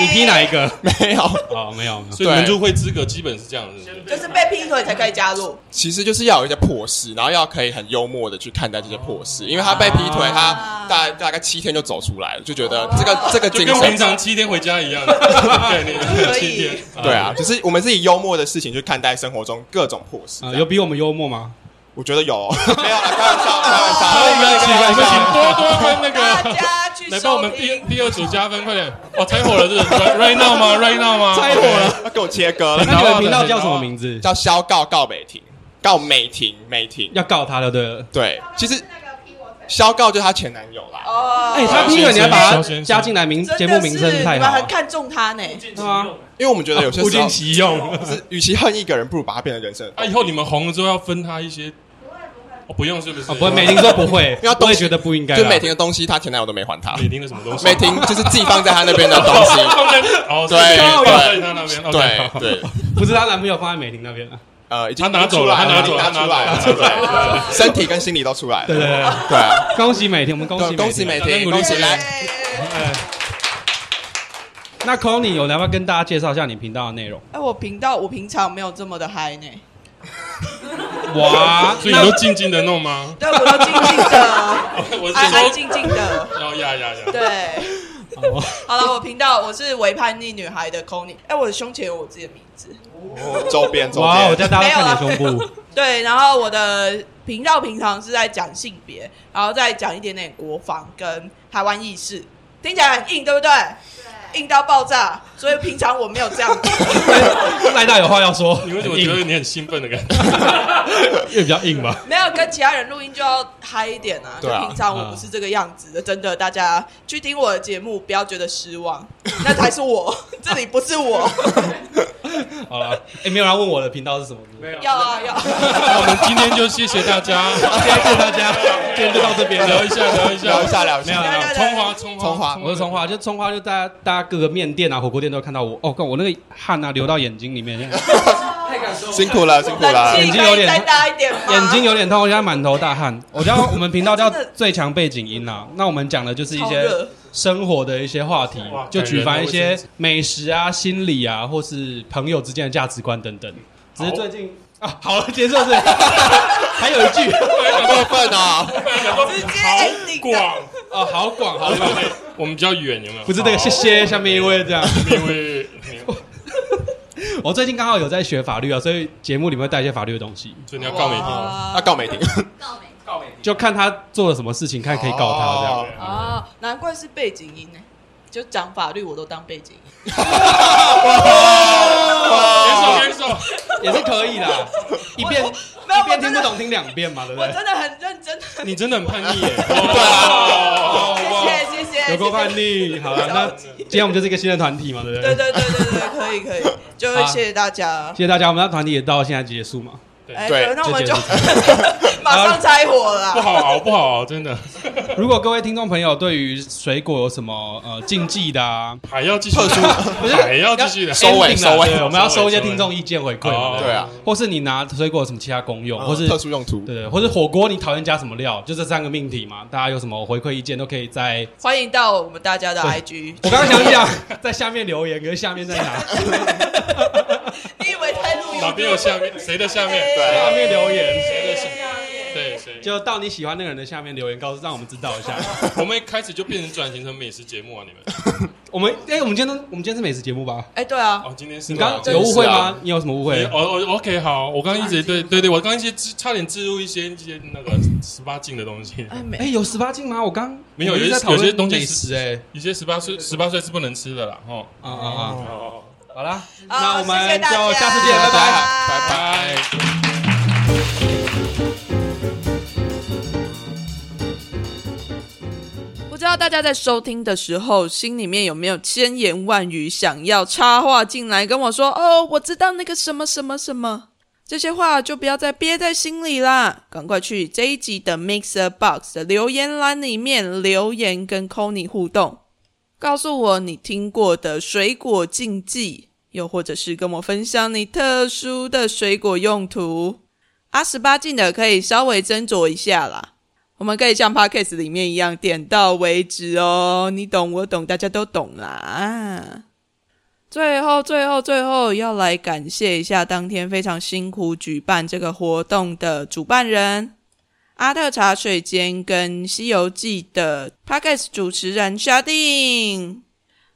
[SPEAKER 3] 你劈哪一个？
[SPEAKER 4] 没有，
[SPEAKER 3] 哦，没有没有。
[SPEAKER 5] 所以门柱会资格基本是这样子。
[SPEAKER 1] 就是被劈腿才可以加入。
[SPEAKER 4] 其实就是要有一些破事，然后要可以很幽默的去看待这些破事，因为他被劈腿，他大大概七天就走出来了，就觉得这个这个
[SPEAKER 5] 就
[SPEAKER 4] 精
[SPEAKER 5] 跟平
[SPEAKER 4] 神。
[SPEAKER 5] 常七天回家一 样，概念
[SPEAKER 1] 可以
[SPEAKER 5] 七天，
[SPEAKER 4] 对啊，就是我们是以幽默的事情去看待生活中各种破事。
[SPEAKER 3] 啊，
[SPEAKER 4] 这
[SPEAKER 3] 有
[SPEAKER 4] 样
[SPEAKER 3] 比我们幽默吗？
[SPEAKER 4] 我觉得有，哦没有啦，开玩笑，开玩笑。
[SPEAKER 5] 所以我们请我们请多多跟那
[SPEAKER 1] 大
[SPEAKER 5] 个
[SPEAKER 1] 家去
[SPEAKER 5] 来帮我
[SPEAKER 1] 收
[SPEAKER 5] 们第
[SPEAKER 1] 听，
[SPEAKER 5] 第二组加分，快点！哦，拆火 了，是不是 right now 吗？right now 吗？
[SPEAKER 3] 拆火了
[SPEAKER 4] 他给我切割
[SPEAKER 3] 那你
[SPEAKER 4] 了，
[SPEAKER 3] 们频道叫什么名字？
[SPEAKER 4] 叫肖告告美婷，告美婷，美婷。
[SPEAKER 3] 要告他了，对了。
[SPEAKER 4] 对，其实
[SPEAKER 7] 那个劈我腿，
[SPEAKER 4] 肖告就是她前男友啦。
[SPEAKER 1] 哦，
[SPEAKER 3] 哎，他劈腿，你还把
[SPEAKER 5] 肖
[SPEAKER 3] 他
[SPEAKER 5] 先生
[SPEAKER 3] 加进来名
[SPEAKER 1] 真的
[SPEAKER 3] 节目名称
[SPEAKER 1] 是，
[SPEAKER 3] 太
[SPEAKER 1] 你们
[SPEAKER 3] 好
[SPEAKER 1] 很
[SPEAKER 3] 了。
[SPEAKER 1] 看重他呢。
[SPEAKER 3] 对啊，
[SPEAKER 4] 因为我们觉得有些
[SPEAKER 5] 物
[SPEAKER 4] 时
[SPEAKER 5] 尽
[SPEAKER 4] 候，
[SPEAKER 5] 其用。
[SPEAKER 4] 是与其恨一个人，不如把他变成人生的动
[SPEAKER 5] 啊，
[SPEAKER 4] 力。
[SPEAKER 5] 以后你们红了之后要分他一些，
[SPEAKER 7] 不会不会，
[SPEAKER 5] 哦，不用是不
[SPEAKER 4] 啊
[SPEAKER 5] 是？
[SPEAKER 3] 哦，不会，美婷说不会
[SPEAKER 4] 因为他，
[SPEAKER 3] 我
[SPEAKER 4] 东
[SPEAKER 3] 也
[SPEAKER 4] 西
[SPEAKER 3] 觉得不应该啦。啊
[SPEAKER 4] 就美婷的东西，她前男友都没还 她。
[SPEAKER 5] 美婷的什么 东西？
[SPEAKER 4] 美婷就是寄放在她那边的东西。
[SPEAKER 5] 哦 放在哦，是
[SPEAKER 4] 对
[SPEAKER 5] 放在
[SPEAKER 4] 对
[SPEAKER 5] 他那边，OK，
[SPEAKER 4] 对
[SPEAKER 5] 好
[SPEAKER 4] 对，
[SPEAKER 3] 不是她男朋友放在美婷那边了。啊
[SPEAKER 4] 呃，已经
[SPEAKER 5] 他拿走了
[SPEAKER 4] 已经出来
[SPEAKER 5] 他拿
[SPEAKER 4] 已
[SPEAKER 5] 走了
[SPEAKER 4] 经拿
[SPEAKER 5] 他拿
[SPEAKER 4] 出
[SPEAKER 5] 走了
[SPEAKER 4] 来了，对，身体跟心理都出来
[SPEAKER 3] 对
[SPEAKER 4] 了。
[SPEAKER 3] 对对，
[SPEAKER 4] 对啊，
[SPEAKER 3] 恭喜美婷，我们恭喜
[SPEAKER 4] 对恭喜美
[SPEAKER 3] 美。
[SPEAKER 5] 大家
[SPEAKER 4] 婷，
[SPEAKER 5] 努力
[SPEAKER 4] 恭喜
[SPEAKER 5] 起
[SPEAKER 4] 来。
[SPEAKER 3] 那 c o n y 有要不要跟大家介绍一下你频道的内容？
[SPEAKER 1] 哎，我频道我平常没有这么的嗨呢，
[SPEAKER 3] 哇，
[SPEAKER 5] 所以你都静静的弄吗？
[SPEAKER 1] 对，我都静静的，
[SPEAKER 5] 我
[SPEAKER 1] 安安
[SPEAKER 5] 是
[SPEAKER 1] 静静的。
[SPEAKER 5] 说，哦呀呀呀，
[SPEAKER 1] 对，
[SPEAKER 3] 哦
[SPEAKER 1] 好了，我频道我是为叛逆女孩的 Kony，哎，我的胸前有我自己的名字。
[SPEAKER 4] 周边周
[SPEAKER 3] 哇，我叫
[SPEAKER 4] 边，
[SPEAKER 3] 大家看你胸 部。
[SPEAKER 1] 啊 对，然后我的频道平常是在讲性别，然后再讲一点点国防跟台湾意识，听起来很硬，对不对？
[SPEAKER 7] 对，
[SPEAKER 1] 硬到爆炸，所以平常我没有这 样做。
[SPEAKER 3] 赖大有话要说，
[SPEAKER 5] 你为什么
[SPEAKER 3] 很硬
[SPEAKER 5] 觉得你很兴奋的感觉？
[SPEAKER 3] 因为比较硬吧？
[SPEAKER 1] 没有跟其他人录音就要嗨一点啊！就
[SPEAKER 4] 对啊
[SPEAKER 1] 平常我不是这个样子的，真的，大家去听我的节目，不要觉得失望， 那才是我，这里不是我。
[SPEAKER 3] 好了，哎，没有人问我的频道是什 么，
[SPEAKER 2] 没有
[SPEAKER 1] 要啊要，
[SPEAKER 5] 那我们今天就谢谢大家，
[SPEAKER 3] 谢谢大 家，今天就到这边
[SPEAKER 5] 聊
[SPEAKER 3] 了。
[SPEAKER 5] 一下聊一下
[SPEAKER 4] 聊一下聊一
[SPEAKER 3] 没有
[SPEAKER 4] 下。
[SPEAKER 3] 没有
[SPEAKER 5] 葱花葱花
[SPEAKER 4] 葱花
[SPEAKER 3] 我是葱花，就葱花，就大家大家各个面店啊、火锅店都看到我，哦，看我那个汗啊流到眼睛里面，啊
[SPEAKER 2] 太感动了，
[SPEAKER 4] 辛苦了，辛苦了
[SPEAKER 1] 冷。
[SPEAKER 3] 眼
[SPEAKER 1] 气
[SPEAKER 3] 睛有
[SPEAKER 1] 可以
[SPEAKER 3] 点
[SPEAKER 1] 再大一点吗？
[SPEAKER 3] 眼睛有点痛，我现在满头大汗。我叫我们频道 叫
[SPEAKER 1] 真的
[SPEAKER 3] 最强背景音啊，那我们讲的就是一
[SPEAKER 1] 超
[SPEAKER 3] 些
[SPEAKER 1] 热，
[SPEAKER 3] 生活的一些话题
[SPEAKER 5] 哇，
[SPEAKER 3] 就举凡一
[SPEAKER 5] 感人
[SPEAKER 3] 些
[SPEAKER 5] 啊
[SPEAKER 3] 美食啊、心理啊，或是朋友之间的价值观等等。只是最近啊，好了，结束是， 还有一句
[SPEAKER 4] 过分啊！
[SPEAKER 1] 直接 ending 的
[SPEAKER 5] 广，
[SPEAKER 3] 哦，好广，好
[SPEAKER 5] 好
[SPEAKER 3] 广，
[SPEAKER 5] 我们比较远有没有？哦
[SPEAKER 3] 不是那个，谢谢下面一位这样。
[SPEAKER 5] 因为
[SPEAKER 3] 我最近刚好有在学法律啊，所以节目里面会带一些法律的东西，
[SPEAKER 5] 所以你要告美婷，
[SPEAKER 4] 要告美婷，
[SPEAKER 7] 告美，
[SPEAKER 2] 告美婷
[SPEAKER 3] 就看他做了什么事情，看可以告他这样。
[SPEAKER 4] 哦
[SPEAKER 1] 哦，难怪是背景音呢，就讲法律我都当背景音。
[SPEAKER 4] 哦哇
[SPEAKER 5] 联手联手，
[SPEAKER 3] 也是可以啦，一遍
[SPEAKER 1] 没有
[SPEAKER 3] 一遍听不懂听两遍嘛，对不
[SPEAKER 1] 我
[SPEAKER 3] 对？
[SPEAKER 1] 真的很认真。谢
[SPEAKER 5] 你真的很叛逆耶！
[SPEAKER 1] 谢谢谢，
[SPEAKER 3] 有够叛
[SPEAKER 1] 谢谢。
[SPEAKER 3] 逆，好了，那今天我们就是一个新的团体嘛，对不
[SPEAKER 1] 对对
[SPEAKER 3] 对？
[SPEAKER 1] 对对对，可以可以，就是
[SPEAKER 3] 好
[SPEAKER 1] 谢谢大家。
[SPEAKER 3] 谢谢大家，我们的团体也到现在结束嘛。
[SPEAKER 1] 哎，
[SPEAKER 4] 对
[SPEAKER 1] 可那我们就
[SPEAKER 3] 就
[SPEAKER 1] 马上拆火了
[SPEAKER 5] 不
[SPEAKER 1] 啦。
[SPEAKER 5] 好熬，不好熬，真的
[SPEAKER 3] 如果各位听众朋友对于水果有什么呃禁忌的啊，
[SPEAKER 5] 还要继续，
[SPEAKER 3] 不是
[SPEAKER 5] 还要继续的，
[SPEAKER 4] 收尾
[SPEAKER 3] ending 啦
[SPEAKER 4] 收尾
[SPEAKER 3] 对我们要
[SPEAKER 5] 收
[SPEAKER 3] 收
[SPEAKER 5] 尾
[SPEAKER 3] 一些
[SPEAKER 5] 收尾
[SPEAKER 3] 听众意见回馈嘛，
[SPEAKER 5] 哦
[SPEAKER 3] 对不
[SPEAKER 4] 对
[SPEAKER 3] 对
[SPEAKER 4] 啊，哦
[SPEAKER 3] 或是你拿水果有什么其他功用，或是
[SPEAKER 4] 特殊用途，
[SPEAKER 3] 对对，或是火锅你讨厌加什么料，就这三个命题嘛，大家有什么回馈意见都可以在
[SPEAKER 1] 欢迎到我们大家的
[SPEAKER 3] 对
[SPEAKER 1] IG。
[SPEAKER 3] 我刚刚想讲在下面留言，可是下面在哪？
[SPEAKER 1] 你以为在录音？哎
[SPEAKER 5] 哪边有下面？谁的下面？
[SPEAKER 4] 对
[SPEAKER 3] 下面留言
[SPEAKER 5] 谁的下面？对，谁？
[SPEAKER 3] 就到你喜欢那个人的下面留言，告诉让我们知道一下。
[SPEAKER 5] 我们一开始就变成转型成美食节目啊！ 你们
[SPEAKER 3] 我们哎、我们今天都我们今天是美食节目吧？
[SPEAKER 1] 哎，对啊，
[SPEAKER 5] 哦，今天是
[SPEAKER 3] 你刚
[SPEAKER 5] 吗
[SPEAKER 3] 有误会
[SPEAKER 4] 是
[SPEAKER 3] 吗
[SPEAKER 4] 啊？
[SPEAKER 3] 你有什么误会
[SPEAKER 5] 你哦？哦，OK，好，我刚刚一直对对对，我刚刚一些差点置入一些一些那个十八禁的东西，
[SPEAKER 1] 哎
[SPEAKER 3] 哎、
[SPEAKER 1] 没
[SPEAKER 3] 有十八禁吗？我刚
[SPEAKER 5] 没有
[SPEAKER 3] 我们一直在讨论
[SPEAKER 5] 有些东西
[SPEAKER 3] 美食哎、
[SPEAKER 5] 有些十八岁十八岁是不能吃的啦，哦。
[SPEAKER 3] 啊啊啊！
[SPEAKER 5] 哦，
[SPEAKER 3] 好啦，那
[SPEAKER 1] 好
[SPEAKER 3] 我们
[SPEAKER 1] 谢谢大
[SPEAKER 3] 就
[SPEAKER 1] 家
[SPEAKER 3] 下次见，拜拜。
[SPEAKER 4] 拜拜。
[SPEAKER 5] 拜。
[SPEAKER 1] 不知道大家在收听的时候，心里面有没有千言万语想要插话进来跟我说？哦，我知道那个什么什么什么，这些话就不要再憋在心里啦，赶快去这一集的 Mixer Box 的留言栏里面留言跟 Kony 互动，告诉我你听过的水果禁忌，又或者是跟我分享你特殊的水果用途。啊，十八禁的可以稍微斟酌一下啦。我们可以像 podcast 里面一样点到为止哦，你懂我懂，大家都懂啦。啊最后，最后，最后要来感谢一下当天非常辛苦举办这个活动的主办人阿特茶水间跟《西游记》的 podcast 主持人 Sharding，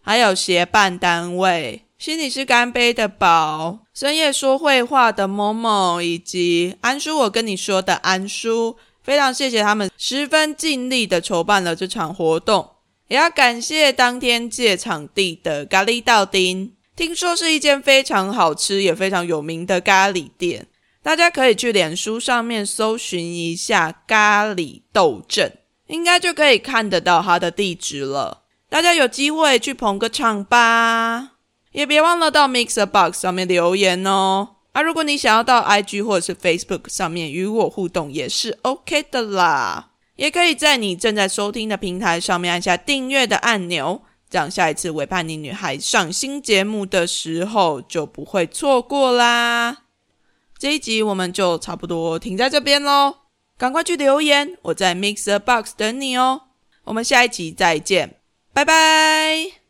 [SPEAKER 1] 还有协办单位心理师干杯的宝、深夜说会话的某某以及安叔，我跟你说的安叔，非常谢谢他们十分尽力的筹办了这场活动。也要感谢当天借场地的咖喱道丁，听说是一间非常好吃也非常有名的咖喱店，大家可以去脸书上面搜寻一下咖喱斗阵，应该就可以看得到它的地址了。大家有机会去捧个场吧，也别忘了到 Mixer Box 上面留言哦。啊，如果你想要到 IG 或者是 Facebook 上面与我互动，也是 OK 的啦。也可以在你正在收听的平台上面按下订阅的按钮，这样下一次《伪叛逆女孩》上新节目的时候就不会错过啦。这一集我们就差不多停在这边喽，赶快去留言，我在 Mixer Box 等你哦。我们下一集再见，拜拜。